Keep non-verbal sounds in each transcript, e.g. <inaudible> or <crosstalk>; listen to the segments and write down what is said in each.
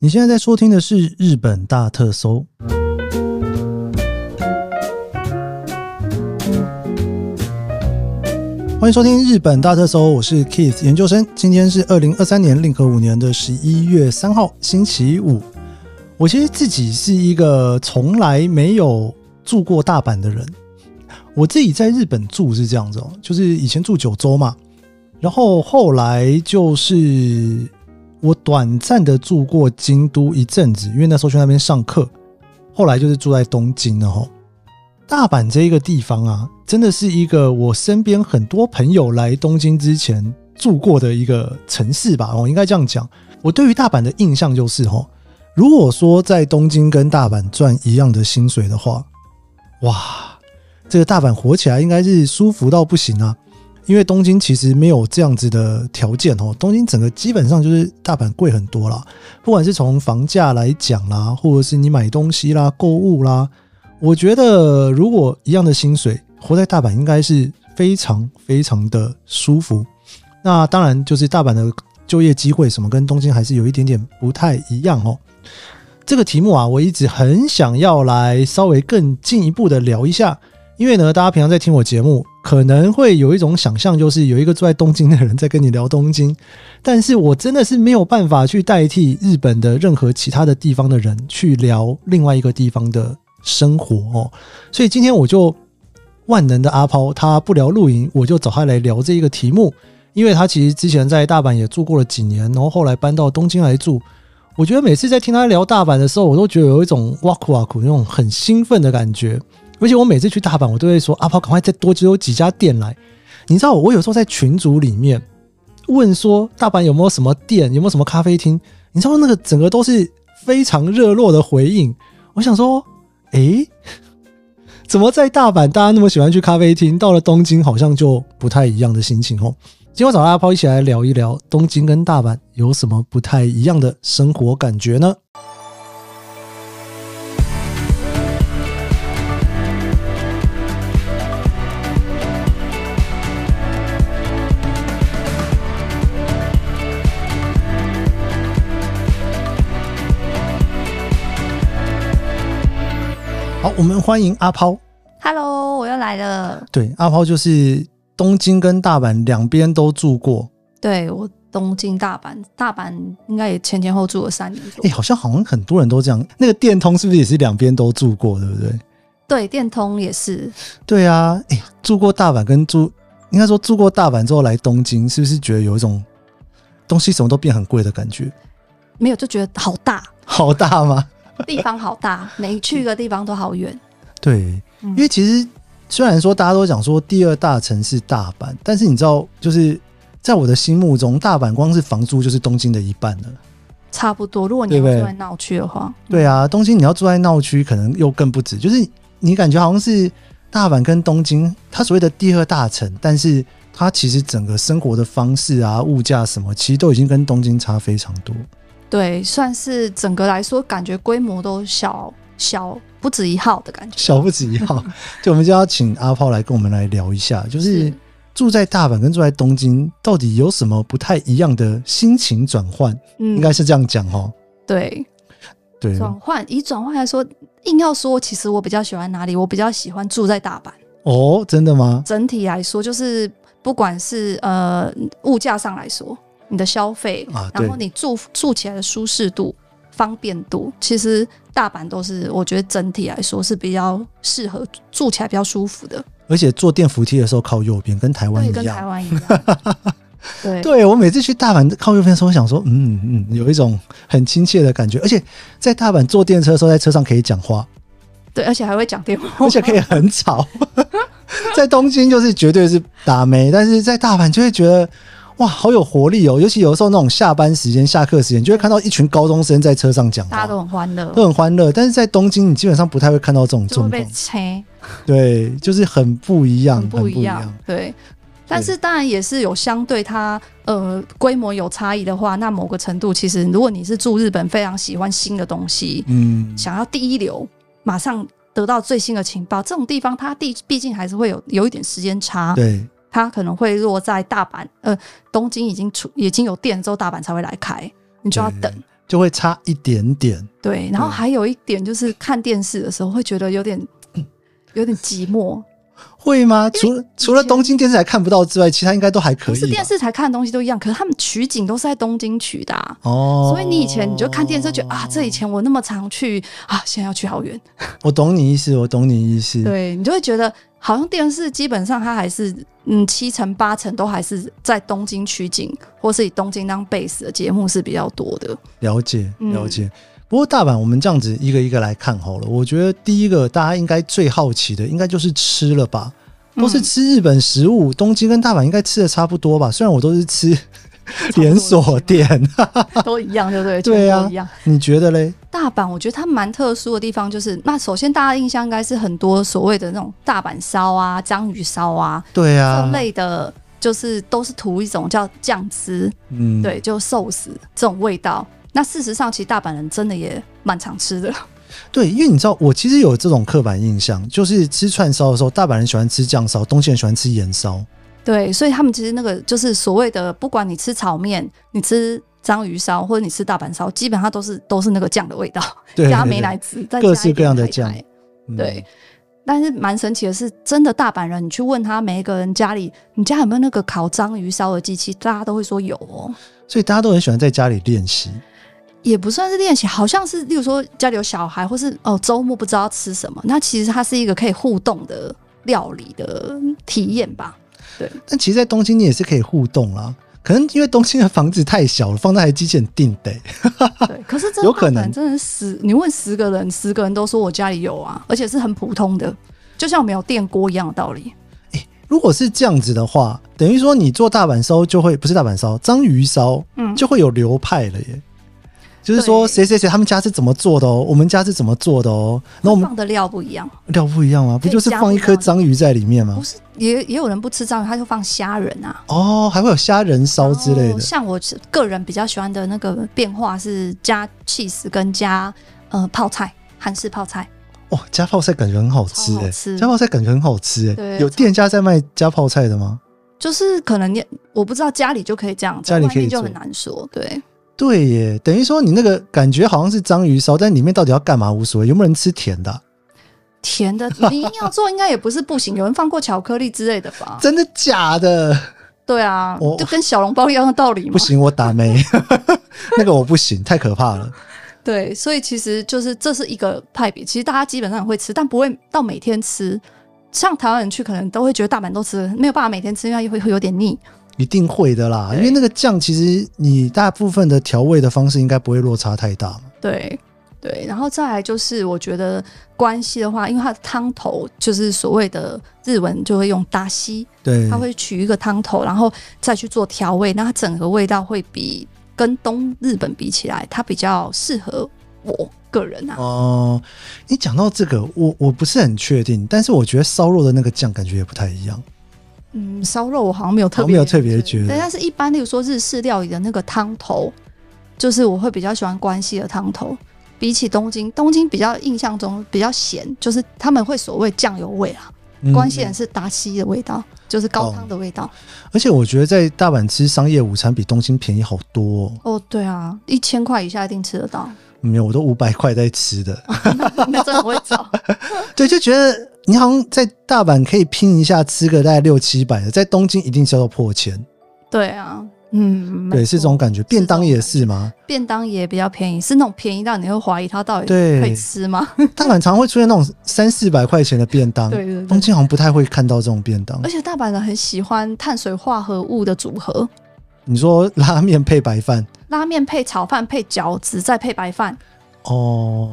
你现在在收听的是《日本大特搜》。欢迎收听《日本大特搜》，我是 Keith 研究生。今天是二零二三年令和五年的十一月三号，星期五。我其实自己是一个从来没有住过大阪的人。我自己在日本住是这样子哦，就是以前住九州嘛，然后后来就是我短暂的住过京都一阵子，因为那时候去那边上课，后来就是住在东京了哈。大阪这一个地方啊，真的是一个我身边很多朋友来东京之前住过的一个城市吧，我应该这样讲。我对于大阪的印象就是哈，如果说在东京跟大阪赚一样的薪水的话，哇，这个大阪火起来应该是舒服到不行啊。因为东京其实没有这样子的条件哦，东京整个基本上就是大阪贵很多啦，不管是从房价来讲啦，或者是你买东西啦、购物啦，我觉得如果一样的薪水，活在大阪应该是非常非常的舒服。那当然就是大阪的就业机会什么跟东京还是有一点点不太一样哦。这个题目啊，我一直很想要来稍微更进一步的聊一下，因为呢，大家平常在听我节目，可能会有一种想象，就是有一个住在东京的人在跟你聊东京，但是我真的是没有办法去代替日本的任何其他的地方的人去聊另外一个地方的生活哦，所以今天我就万能的阿抛，他不聊露营，我就找他来聊这一个题目，因为他其实之前在大阪也住过了几年，然后后来搬到东京来住。我觉得每次在听他聊大阪的时候，我都觉得有一种哇酷哇酷那种很兴奋的感觉。而且我每次去大阪，我都会说阿炮，赶快再多揪几家店来。你知道，我有时候在群组里面问说大阪有没有什么店，有没有什么咖啡厅，你知道那个整个都是非常热络的回应。我想说，诶，怎么在大阪大家那么喜欢去咖啡厅，到了东京好像就不太一样的心情哦。今天我找阿炮一起来聊一聊东京跟大阪有什么不太一样的生活感觉呢？好，我们欢迎阿抛。 Hello，我又来了。对，阿抛就是东京跟大阪两边都住过。对我东京、大阪，大阪应该也前前后住了三年多。哎、好像好像很多人都这样。那个电通是不是也是两边都住过，对不对？对，电通也是。对啊，哎、住过大阪跟住，应该说住过大阪之后来东京，是不是觉得有一种东西什么都变很贵的感觉？没有就觉得好大，好大吗？ <laughs> 地方好大， <laughs> 每去一个地方都好远。对，嗯因为其实虽然说大家都讲说第二大城市大阪，但是你知道，就是在我的心目中，大阪光是房租就是东京的一半了。差不多，如果你对要不对住在闹区的话，对啊，东京你要住在闹区，可能又更不止。就是你感觉好像是大阪跟东京，它所谓的第二大城，但是它其实整个生活的方式啊、物价什么，其实都已经跟东京差非常多。对，算是整个来说，感觉规模都小小不止一号的感觉。小不止一 <laughs> 号，就我们就要请阿炮来跟我们来聊一下，就是是住在大阪跟住在东京到底有什么不太一样的心情转换？嗯应该是这样讲哦。对，对，转换以转换来说，硬要说，其实我比较喜欢哪里，我比较喜欢住在大阪。哦，真的吗？整体来说，就是不管是呃物价上来说，你的消费，啊对然后你住住起来的舒适度、方便度，其实大阪都是我觉得整体来说是比较适合住起来比较舒服的，而且坐电扶梯的时候靠右边，跟台湾对，一跟台样。湾一样。 <laughs> 对，对我每次去大阪靠右边的时候，我想说，嗯嗯，有一种很亲切的感觉。而且在大阪坐电车的时候，在车上可以讲 <laughs> 话，对，而且还会讲电话，而且可以很吵。 <laughs> 在东京就是绝对是打没，但是在大阪就会觉得哇，好有活力哦。尤其有时候那种下班时间、下课时间，你就会看到一群高中生在车上讲大家话，都很欢乐，都很欢乐。但是在东京，你基本上不太会看到哦这种就会状被况。切，对，就是很不一样，很很不不一一样样。，对。但是当然也是有相对它呃规模有差异的话，那某个程度其实如果你是住日本非常喜欢新的东西，嗯，想要第一流，马上得到最新的情报，这种地方它地毕竟还是会有有一点时间差，对，它可能会落在大阪，呃，东京已经出已经有店之后，大阪才会来开，你就要对等。就会差一点点。对，然后对还有一点就是看电视的时候会觉得有 <laughs> 点有点寂寞，会吗？除了除了东京电视台看不到之外，其他应该都还可不以是吧。电视台看的东西都一样，可是他们取景都是在东京取的、啊。哦，所以你以前你就看电视觉得啊，这以前我那么常去啊，现在要去好远，我懂你意思，我懂你意思。对你就会觉得好像电视基本上它还是嗯七成八成都还是在东京取景，或是以东京当 base 的节目是比较多 <laughs> 的。了解，嗯了解。不过大阪，我们这样子一个一个来看好了。我觉得第一个大家应该最好奇的，应该就是吃了吧？都是嗯吃日本食物，东京跟大阪应该吃的差不多吧？虽然我都是吃多连锁店，都一样，对不对？对全啊部都一样。 <laughs> 你觉得嘞？大阪，我觉得它蛮特殊的地方就是，那首先大家印象应该是很多所谓的那种大阪烧啊、章鱼烧啊对啊这，类的，就是都是涂一种叫酱汁，嗯，对，就寿司这种味道。那事实上，其实大阪人真的也蛮常吃的，对，因为你知道，我其实有这种刻板印象，就是吃串烧的时候，大阪人喜欢吃酱烧，东京人喜欢吃盐烧。对，所以他们其实那个就是所谓的，不管你吃炒面、你吃章鱼烧或者你吃大阪烧，基本上都是都是那个酱的味 <laughs> 道，对，加对美对乃滋，再各加式一各点样的海苔酱嗯对。但是蛮神奇的是，真的大阪人，你去问他每一个人家里，你家有没有那个烤章鱼烧的机器，大家都会说有哦。所以大家都很喜欢在家里练习。也不算是练习，好像是例如说家里有小孩，或是哦周末不知道吃什么，那其实它是一个可以互动的料理的体验吧。但其实，在东京你也是可以互动啦。可能因为东京的房子太小了，放那台机器很定欸得、对，可是真的有可能大阪真的十，你问十个人，十个人都说我家里有啊，而且是很普通的，就像我们有电锅一样的道理。如果是这样子的话，等于说你做大阪烧就会不是大阪烧，章鱼烧，嗯就会有流派了耶。就是说，对谁谁谁他们家是怎么做的哦，我们家是怎么做的哦。然后我们哦放的料不一样，料不一样啊吗？不可以就是加放一不一颗样的章鱼在里面吗不？是也也有人不吃章鱼，他就放虾仁啊。哦，还会有虾仁烧之类然后的。像我个人比较喜欢的那个变化是加 cheese 跟加呃泡菜，韩式泡菜。哇、加泡菜感觉很好吃超好哎、吃加泡菜感觉很好吃哎、对有店家在卖加泡菜的吗？就是可能你我不知道家里就可以这样，家里可以外面做就很难说。对，对耶，等于说你那个感觉好像是章鱼烧，但里面到底要干嘛无所谓，有没有人吃甜的啊、甜的你硬要做应该也不是不行，有人放过巧克力之类的 <laughs> 吧？真的假 <laughs> 的？对啊我，就跟小笼包一样的道理嘛不。行，我打没， <laughs> 那个我不行，太可怕了。对，所以其实就是这是一个派别，其实大家基本上也会吃，但不会到每天吃。像台湾人去，可能都会觉得大阪都吃，没有办法每天吃，因为会会有点腻。一定会的啦，对因为那个酱其实你大部分的调味的方式应该不会落差太大嘛。对对，然后再来就是我觉得关系的话，因为它的汤头就是所谓的日文就会用达西，对它，会取一个汤头，然后再去做调味，那它整个味道会比跟东日本比起来，它比较适合我个人啊。哦、你讲到这个，我我不是很确定，但是我觉得烧肉的那个酱感觉也不太一样。嗯，烧肉我好像没有特好像别没有特别觉得对，但是一般例如说日式料理的那个汤头，就是我会比较喜欢关西的汤头。比起东京，东京比较印象中比较咸，就是他们会所谓酱油味啊，嗯关系人是达西的味道，就是高汤的味道。而且我觉得在大阪吃商业午餐比东京便宜好多、哦，哦，对啊，一千块以下一定吃得到， <laughs> 没有，我都五百块在吃的。那真的会找。 <laughs> 对，就觉得你好像在大阪可以拼一下，吃个大概六七百的，在东京一定是要到破千。对啊，嗯，对，是这种感。感觉。便当也是 <laughs> 吗？便当也比较便宜，是那种便宜到你会怀疑它到底对嗯可以吃吗？大阪常会出现那种三四百块钱的便当， <laughs> 对对东对。京好像不太会看到这种便当而。且大阪人很喜欢碳水化合物的组合，你说拉面配白饭，拉面配炒饭配饺子再配白饭，哦，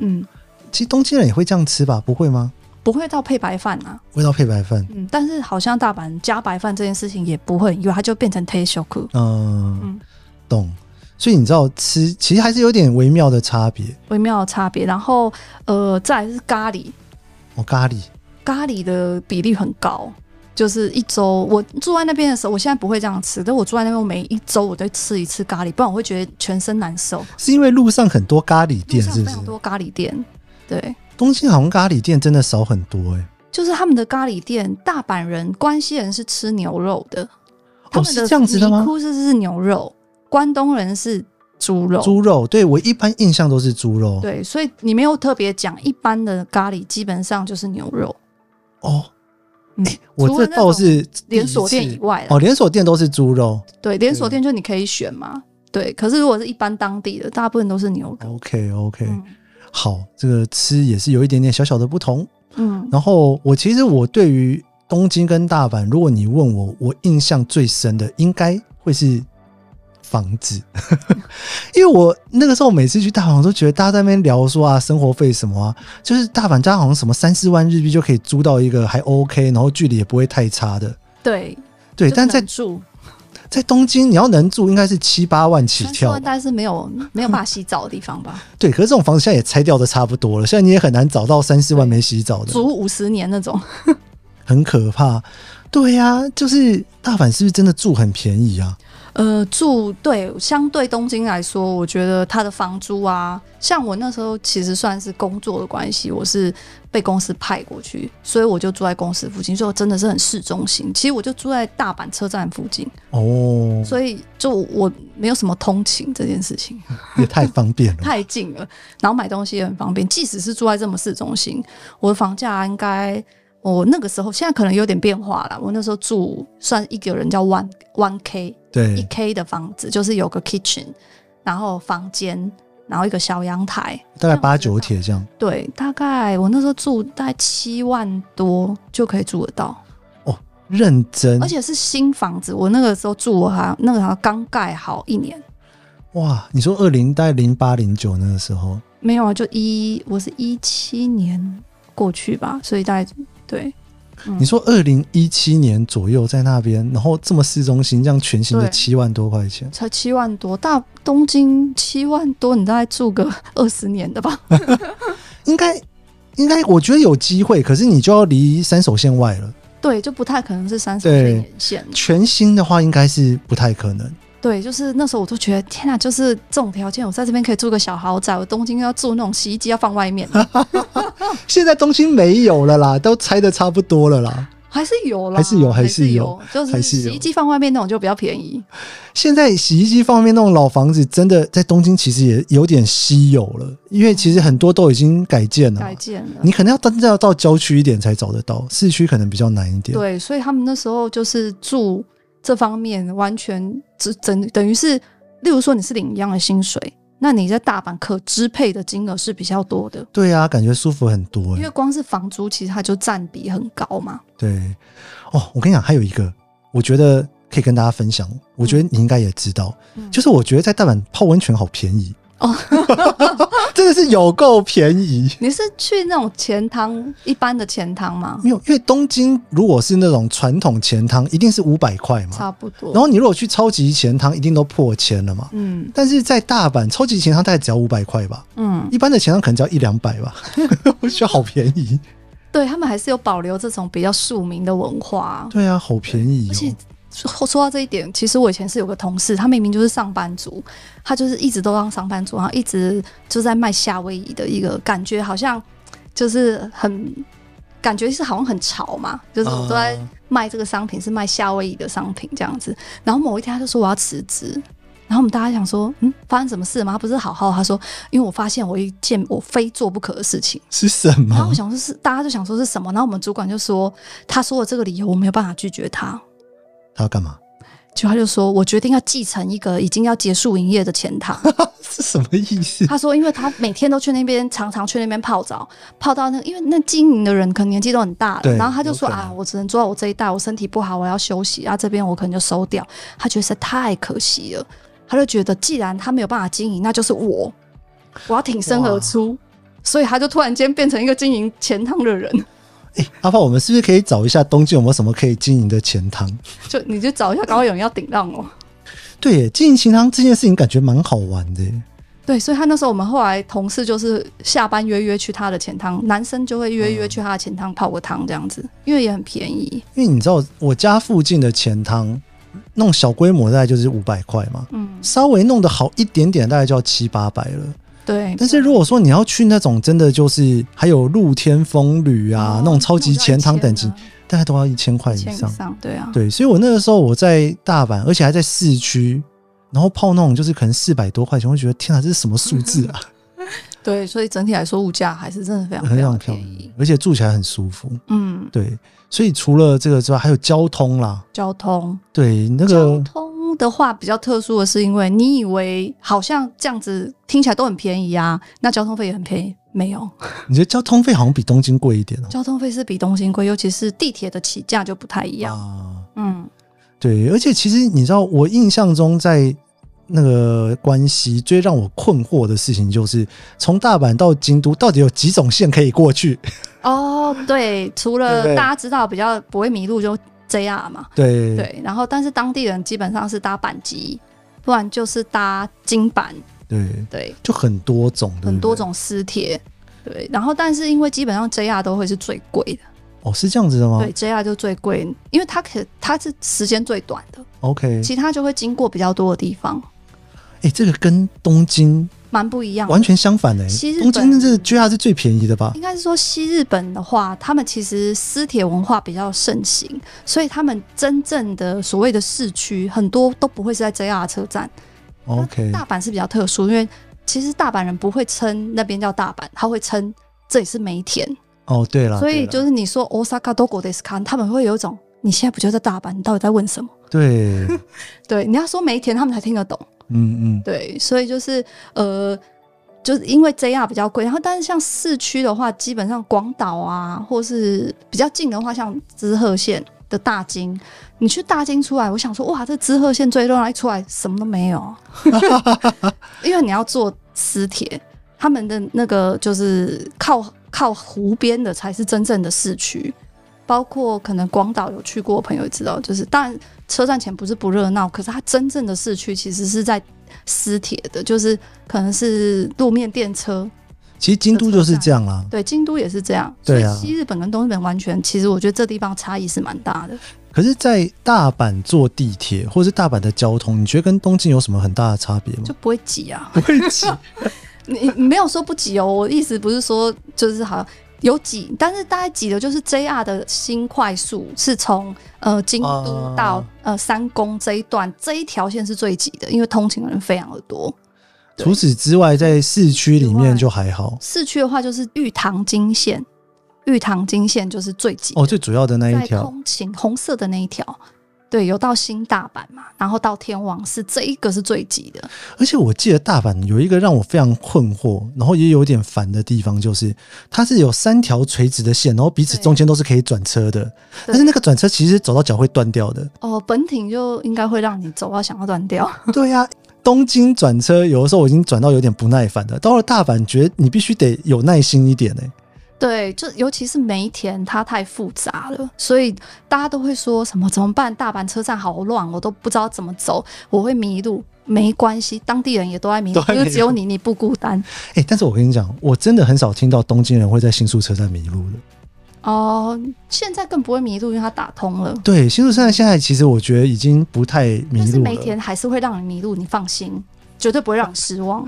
嗯，其实东京人也会这样吃吧？不会吗？不会到配白饭啊，味道配白饭，嗯，但是好像大阪加白饭这件事情也不会，因为它就变成 t a s t e shoku，嗯，嗯懂。所以你知道吃其实还是有点微妙的差别。微妙的差别。然后呃，再来是咖喱，哦，咖喱，咖喱的比例很高，就是一周我住在那边的时候，我现在不会这样吃，但我住在那边，我每一周我都吃一次咖喱，不然我会觉得全身难受。是因为路上很多咖喱路店，上是有不非是常？多咖喱店，对，东京好像咖喱店真的少很多、欸，哎，就是他们的咖喱店，大阪人、关西人是吃牛肉的，他哦，们是的这样子的吗尼？窟是是牛肉，关东人是猪肉。猪肉，对我一般印象都是猪肉。对，所以你没有特别讲，一般的咖喱基本上就是牛 <laughs> 肉，哦，嗯哎我除这了那倒种是第一连锁店次以外啦哦，连锁店都是猪肉。对，连哦锁店就你可以选嘛。对，可是如果是一般当地的，大部分都是牛肉。 OK OK，、嗯好，这个吃也是有一点点小小的不同。嗯，然后我其实我对于东京跟大阪，如果你问我，我印象最深的应该会是房子， <laughs> 因为我那个时候每次去大阪，我都觉得大家在那边聊说啊，生活费什么啊，就是大阪家好像什么三四万日币就可以租到一个还 OK，然后距离也不会太差的。对对，就是但在能住在东京，你要能住应该是七八万起但是跳万。代是没有没有办法洗澡的地方 <laughs> 吧？对，可是这种房子现在也拆掉的差不多了，现在你也很难找到三四万没洗澡的。足五十年那种。很可怕。对呀、就是大阪是不是真的住很便宜啊？呃，住对，相对东京来说，我觉得它的房租啊，像我那时候其实算是工作的关系，我是被公司派过去，所以我就住在公司附近，所以我真的是很市中心。其实我就住在大阪车站附近，哦，所以就我没有什么通勤这件事情，也太方便了。太近了，然后买东西也很方便。即使是住在这么市中心，我的房价应该。我那个时候，现在可能有点变化了。我那时候住算一个人叫 one one k，一对， K 的房子，就是有个 kitchen，然后房间，然后一个小阳台。大概八九铁这样。对，大概我那时候住大概七万多就可以住得到，认真而，且是新房子。我那个时候住我还那个好像刚盖好一年，哇！你说二零大概零八零九那个时候，没有啊，就一我是一七年过去吧，所以大概对嗯你说二零一七年左右在那边，然后这么市中心这样全新的对七万多块钱，才七万多。大东京七万多，你大概住个二十年的吧？应该应该我觉得有机会，可是你就要离三手线外了。对，就不太可能是三十对岁沿线了。全新的话应该是不太可能。对，就是那时候我都觉得天哪，啊就是这种条件，我在这边可以住个小豪宅，我东京要住那种洗衣机要放外面的，现在东京没有了啦，都拆的差不多了啦。还是有啦，还是有还还是有有，就还是是有嗯洗衣机放外面那种就比较便宜。现在洗衣机方面那种老房子，真的在东京其实也有点稀有了，因为其实很多都已经改建了嘛改。建了，你可能要真的要到郊区一点才找得到，市区可能比较难一点。对，所以他们那时候就是住这方面完全只等等于是，例如说你是领一样的薪水，那你在大阪可支配的金额是比较多的，对啊，感觉舒服很多因欸、为光是房租其实它就占比很高嘛。对，哦，我跟你讲，还有一个，我觉得可以跟大家分享，我觉得你应该也知道，嗯就是我觉得在大阪泡温泉好便宜哦， <laughs> 真的是有够便宜。你是去那种钱汤一般的钱汤吗？没有，因为东京如果是那种传统钱汤，一定是五百块嘛。差不多。然后你如果去超级钱汤，一定都破千了嘛。嗯但是在大阪，超级钱汤大概只要五百块吧，嗯，一般的钱汤可能只要一两百吧， <laughs> 我觉得好便宜。对他们还是有保留这种比较庶民的文化。对啊，好便宜、而且哦。说说到这一点，其实我以前是有个同事，他明明就是上班族，他就是一直都当上班族，然后一直就在卖夏威夷的一个感觉，好像就是很感觉是好像很潮嘛，就是我都在啊卖这个商品，是卖夏威夷的商品这样子。然后某一天他就说我要辞职，然后我们大家想说，嗯，发生什么事吗？他不是好好的，他说因为我发现我一件我非做不可的事情。是什然后么我？想说是，大家就想说是什么？然后我们主管就说，他说的这个理由我没有办法拒绝他，他要干嘛？就他就说我决定要继承一个已经要结束营业的钱 <laughs> 塘。是什么意思？ <laughs> 他说，因为他每天都去那边，常常去那边泡澡，泡到那个，因为那经营的人可能年纪都很大对了，然后他就说有可能嗯啊，我只能做到我这一代，我身体不好，我要休息啊，这边我可能就收掉。他觉得实在太可惜了，他就觉得既然他没有办法经营，那就是我，我要挺身而哇出，所以他就突然间变成一个经营钱塘的人。哎阿炮，我们是不是可以找一下东京有没有什么可以经营的钱汤？就你就找一下高永要顶浪哦。对耶，经营钱汤这件事情感觉蛮好玩的耶。对，所以他那时候我们后来同事就是下班约约去他的钱汤，男生就会约约去他的钱汤泡个汤这样子，因为也很便宜。因为你知道，我家附近的钱汤，那种小规模大概就是五百块嘛，嗯，稍微弄得好一点点，大概就要七八百了。对。但是如果说你要去那种真的就是还有露天风旅啊，哦那种超级钱汤等级那，种大概都要一千块就以要一千啊上一千以。上，对啊，对，所以我那个时候我在大阪，而且还在市区，然后泡那种就是可能四百多块钱，我就觉得天啊，这是什么数字 <laughs> 啊？对，所以整体来说物价还是真的非常很非让人常漂哦便亮宜，。而且住起来很舒服。嗯，对，所以除了这个之外，还有交通啦。交通，对，那交个通的话比较特殊的是，因为你以为好像这样子听起来都很便宜啊，那交通费也很便宜，没有，你觉得交通费好像比东京贵一点哦。交通费是比东京贵，尤其是地铁的起价就不太一样。啊，嗯，对，而且其实你知道，我印象中在那个关西最让我困惑的事情就是，从大阪到京都到底有几种线可以过去？哦，对，除对了不对大家知道比较不会迷路就 JR 嘛，对，对，然后但是当地人基本上是搭板机，不然就是搭京板，对对，就很多种，对不对很多种私铁。对，然后但是因为基本上 JR 都会是最贵的，哦，是这样子的吗对，JR 就最贵，因为它可它是时间最短的， ？OK，其他就会经过比较多的地方，哎、这个跟东京蛮不一样的。完全相反哎、西日东本京这 JR 是最便宜的吧？应该是说西日本的话，他们其实私铁文化比较盛行，所以他们真正的所谓的市区很多都不会是在 JR 车站。 OK，大阪是比较特殊，因为其实大阪人不会称那边叫大阪，他会称这里是梅田，哦，对了，所对以就是你说 Osaka d o g o d e s k a 他们会有一种你现在不就在大阪，你到底在问什么？啦对，对，你要说梅田，他们才听得懂。嗯嗯，对，所以就是呃，就是因为 JR 比较贵，然后但是像市区的话，基本上广岛啊，或是比较近的话，像滋贺县的大金，你去大金出来，我想说哇，这滋贺县最热闹，一出来什么都没有，因为你要坐私铁，他们的那个就是靠靠湖边的才是真正的市区。包括可能广岛有去过的朋友也知道，就是当然车站前不是不热闹，可是它真正的市区其实是在私铁的，就是可能是路面电车。其实京都就是这样啦。对，京都也是这样。对啊所以西日本跟东日本完全，其实我觉得这地方差异是蛮大的。可是，在大阪坐地铁或是大阪的交通，你觉得跟东京有什么很大的差别吗就？不会挤啊。不会 <laughs> 挤你你没有说不挤哦， <laughs> 我意思不是说就是好像有挤，但是大概挤的就是 JR 的新快速是从呃京都到、啊呃三宫这一段这一条线是最挤的，因为通勤的人非常的多。除此之外，在市区里面就还好。市区的话就是玉堂金线，玉堂金线就是最挤的哦，最主要的那一在条通勤红色的那一条，对，有到新大阪嘛，然后到天王寺，这一个是最挤的。而且我记得大阪有一个让我非常困惑，然后也有点烦的地方，就是它是有三条垂直的线，然后彼此对中间都是可以转车的，但是那个转车其实走到脚会断掉 <laughs> 的。哦，本挺就应该会让你走到想要断掉。 <laughs> 对呀、东京转车有的时候我已经转到有点不耐烦了，到了大阪，觉得你必须得有耐心一点哎、对，就尤其是梅田，它太复杂了，所以大家都会说什么怎么办？大阪车站好乱，我都不知道怎么走，我会迷路。没关系，当地人也都爱迷路，都爱因迷路为只有你你不孤单。哎、但是我跟你讲，我真的很少听到东京人会在新宿车站迷路的。哦、现在更不会迷路，因为它打通了。对，新宿车站现在其实我觉得已经不太迷但是路梅了。田还是会让你迷路，你放心，绝对不会让你 <laughs> 失望。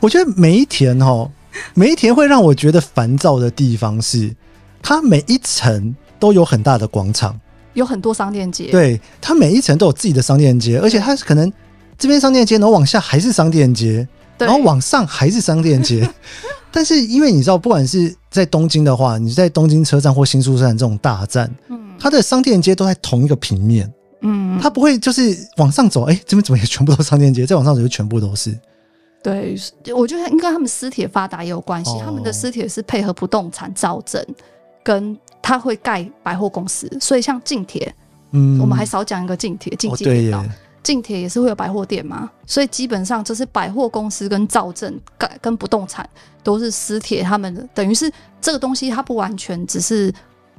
我觉得梅田哦，梅田会让我觉得烦躁的地方是，它每一层都有很大的广场，有很多商店街，对，它每一层都有自己的商店街，而且它可能这边商店街，然后往下还是商店街，对，然后往上还是商店 <laughs> 街。但是因为你知道，不管是在东京的话，你在东京车站或新宿车站这种大站，嗯它的商店街都在同一个平面。嗯，它不会就是往上走，哎、这边怎么也全部都是商店街，再往上走就全部都是。对，我觉得应该他们私铁发达也有关系，哦他们的私铁是配合不动产造镇，跟他会盖百货公司，所以像近铁，嗯，我们还少讲一个近铁，近哦畿对铁道耶，，近铁也是会有百货店嘛，所以基本上就是百货公司跟造镇盖跟不动产都是私铁他们的，等于是这个东西它不完全只是。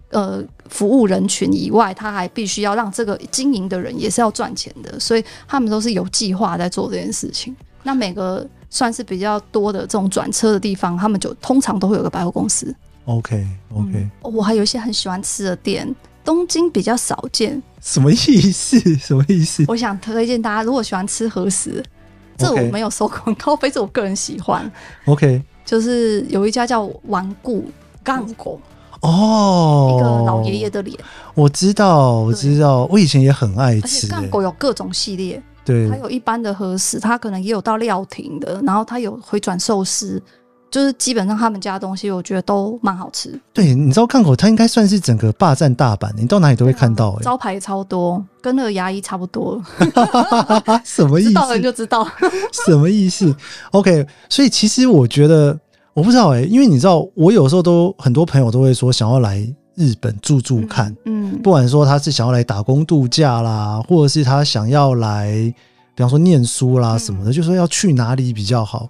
呃，服务人群以外，他还必须要让这个经营的人也是要赚钱的，所以他们都是有计划在做这件事情。那每个算是比较多的这种转车的地方，他们就通常都会有个百货公司。 OK OK，、嗯我还有一些很喜欢吃的店，东京比较少见，什么意思？ <laughs> 什么意思？我想推荐大家，如果喜欢吃和食，这 OK 我没有收广告费，这我个人喜欢。 OK，就是有一家叫顽固干果，哦，一个老爷爷，的脸，我知道，我对知道，我以前也很爱而吃、且哎干果有各种系列，对它有一般的和食，它可能也有到料亭的，然后它有回转寿司，就是基本上他们家的东西，我觉得都蛮好吃。对，你知道看口它应该算是整个霸占大阪，你到哪里都会看到、 <laughs> 欸，招牌超多，跟那个牙医差不多了，哎， <laughs> 什么意知思？道的人就知道。 <laughs> 什么意思？OK，所以其实我觉得，我不知道哎、因为你知道，我有时候都很多朋友都会说想要来日本住住看，嗯，不管说他是想要来打工度假啦，或者是他想要来，比方说念书啦嗯什么的，就说要去哪里比较好，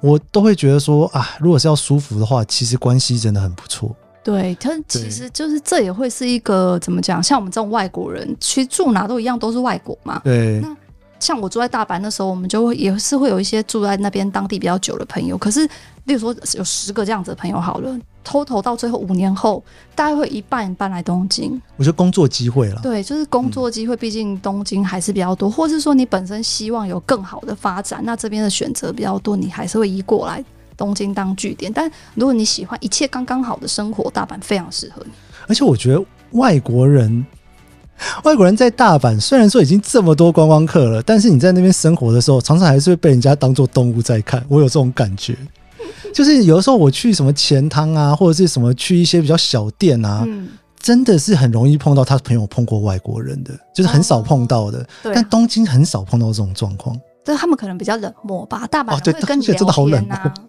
我都会觉得说啊，如果是要舒服的话，其实关西真的很不错。对，但对其实就是这也会是一个怎么讲？像我们这种外国人，其实住哪都一样，都是外国嘛。对那像我住在大阪那时候，我们就会也是会有一些住在那边当地比较久的朋友。可是，例如说有十个这样子的朋友好了，total 到最后五年后，大概会一半搬来东京。我觉得工作机会啦，对，就是工作机会，毕竟东京还是比较多，或是说你本身希望有更好的发展，那这边的选择比较多，你还是会移过来东京当据点。但如果你喜欢一切刚刚好的生活，大阪非常适合你。而且我觉得外国人。外国人在大阪，虽然说已经这么多观光客了，但是你在那边生活的时候，常常还是会被人家当做动物在看。我有这种感觉，就是有的时候我去什么钱汤啊，或者是什么去一些比较小店啊，嗯，真的是很容易碰到他朋友碰过外国人的，就是很少碰到的。对但东京很少碰到这种状况。对他们可能比较冷漠吧，大阪哦对人会跟你东京真的好聊冷哦天啊呐、漠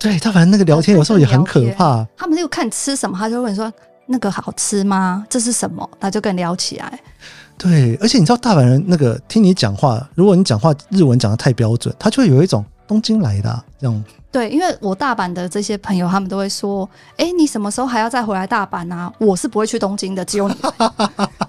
对，他反正那个聊天有时候也 <laughs> 很可怕。他们就看你吃什么，他就问你说那个好吃吗？这是什么？他就跟你聊起来。对，而且你知道大阪人那个听你讲话，如果你讲话日文讲的太标准，他就会有一种东京来的、啊、这 <laughs> 样。对，因为我大阪的这些朋友，他们都会说：“哎，你什么时候还要再回来大阪啊？我是不会去东京的，只有你 <laughs>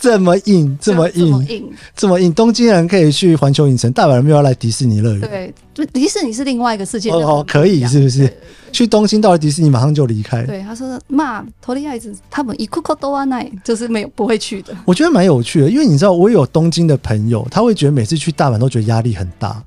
这么硬，这么这么硬，硬。这么硬！东京人可以去环球影城，大阪人没有要来迪士尼乐园。对，就迪士尼是另外一个世界。哦那哦，不可一以样是不是？去东京到了迪士尼，马上就离开。对，他说：“嘛，头里爱子他们一库库多啊奈，就是没有不会去的。我觉得蛮有趣的，因为你知道，我有东京的朋友，他会觉得每次去大阪都觉得压力很大，”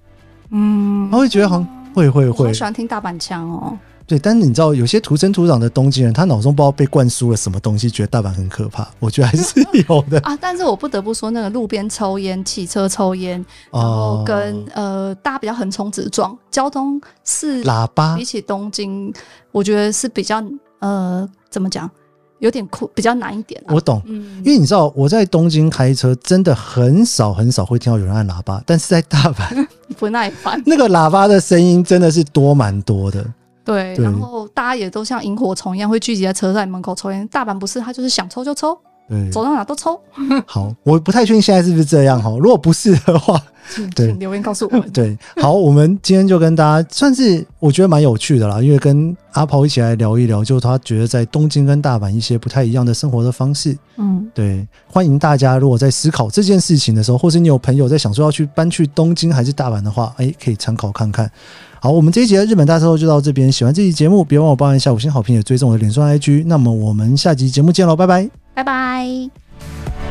嗯他，会觉得好像会会我会好，喜欢听大阪腔哦。对。但是你知道，有些土生土长的东京人，他脑中不知道被灌输了什么东西，觉得大阪很可怕。 <laughs> 我觉得还是有 <laughs> 的啊，但是我不得不说，那个路边抽烟、汽车抽烟，哦然后跟、呃大家比较横冲直撞，交通是喇叭比起东京，我觉得是比较呃怎么讲，有点苦，比较难一点、啊。我懂。嗯因为你知道，我在东京开车真的很少很少会听到有人按喇叭，但是在大阪， <laughs> 不耐烦，那个喇叭的声音真的是多蛮多的。对，对然后大家也都像萤火虫一样会聚集在车站门口抽烟。大阪不是，他就是想抽就抽，对，走到哪都抽。好，我不太确定现在是不是这样哈。如果不是的话，请对请留言告诉我们。对，好，我们今天就跟大家算是我觉得蛮有趣的啦，因为跟阿跑一起来聊一聊，就是他觉得在东京跟大阪一些不太一样的生活的方式。嗯，对，欢迎大家如果在思考这件事情的时候，或是你有朋友在想说要去搬去东京还是大阪的话，哎，可以参考看看。好，我们这一节的日本大搜就到这边。喜欢这期节目，别忘了帮我一下五星好评，也追踪我的脸书和 IG。那么我们下集节目见喽，拜拜。拜拜。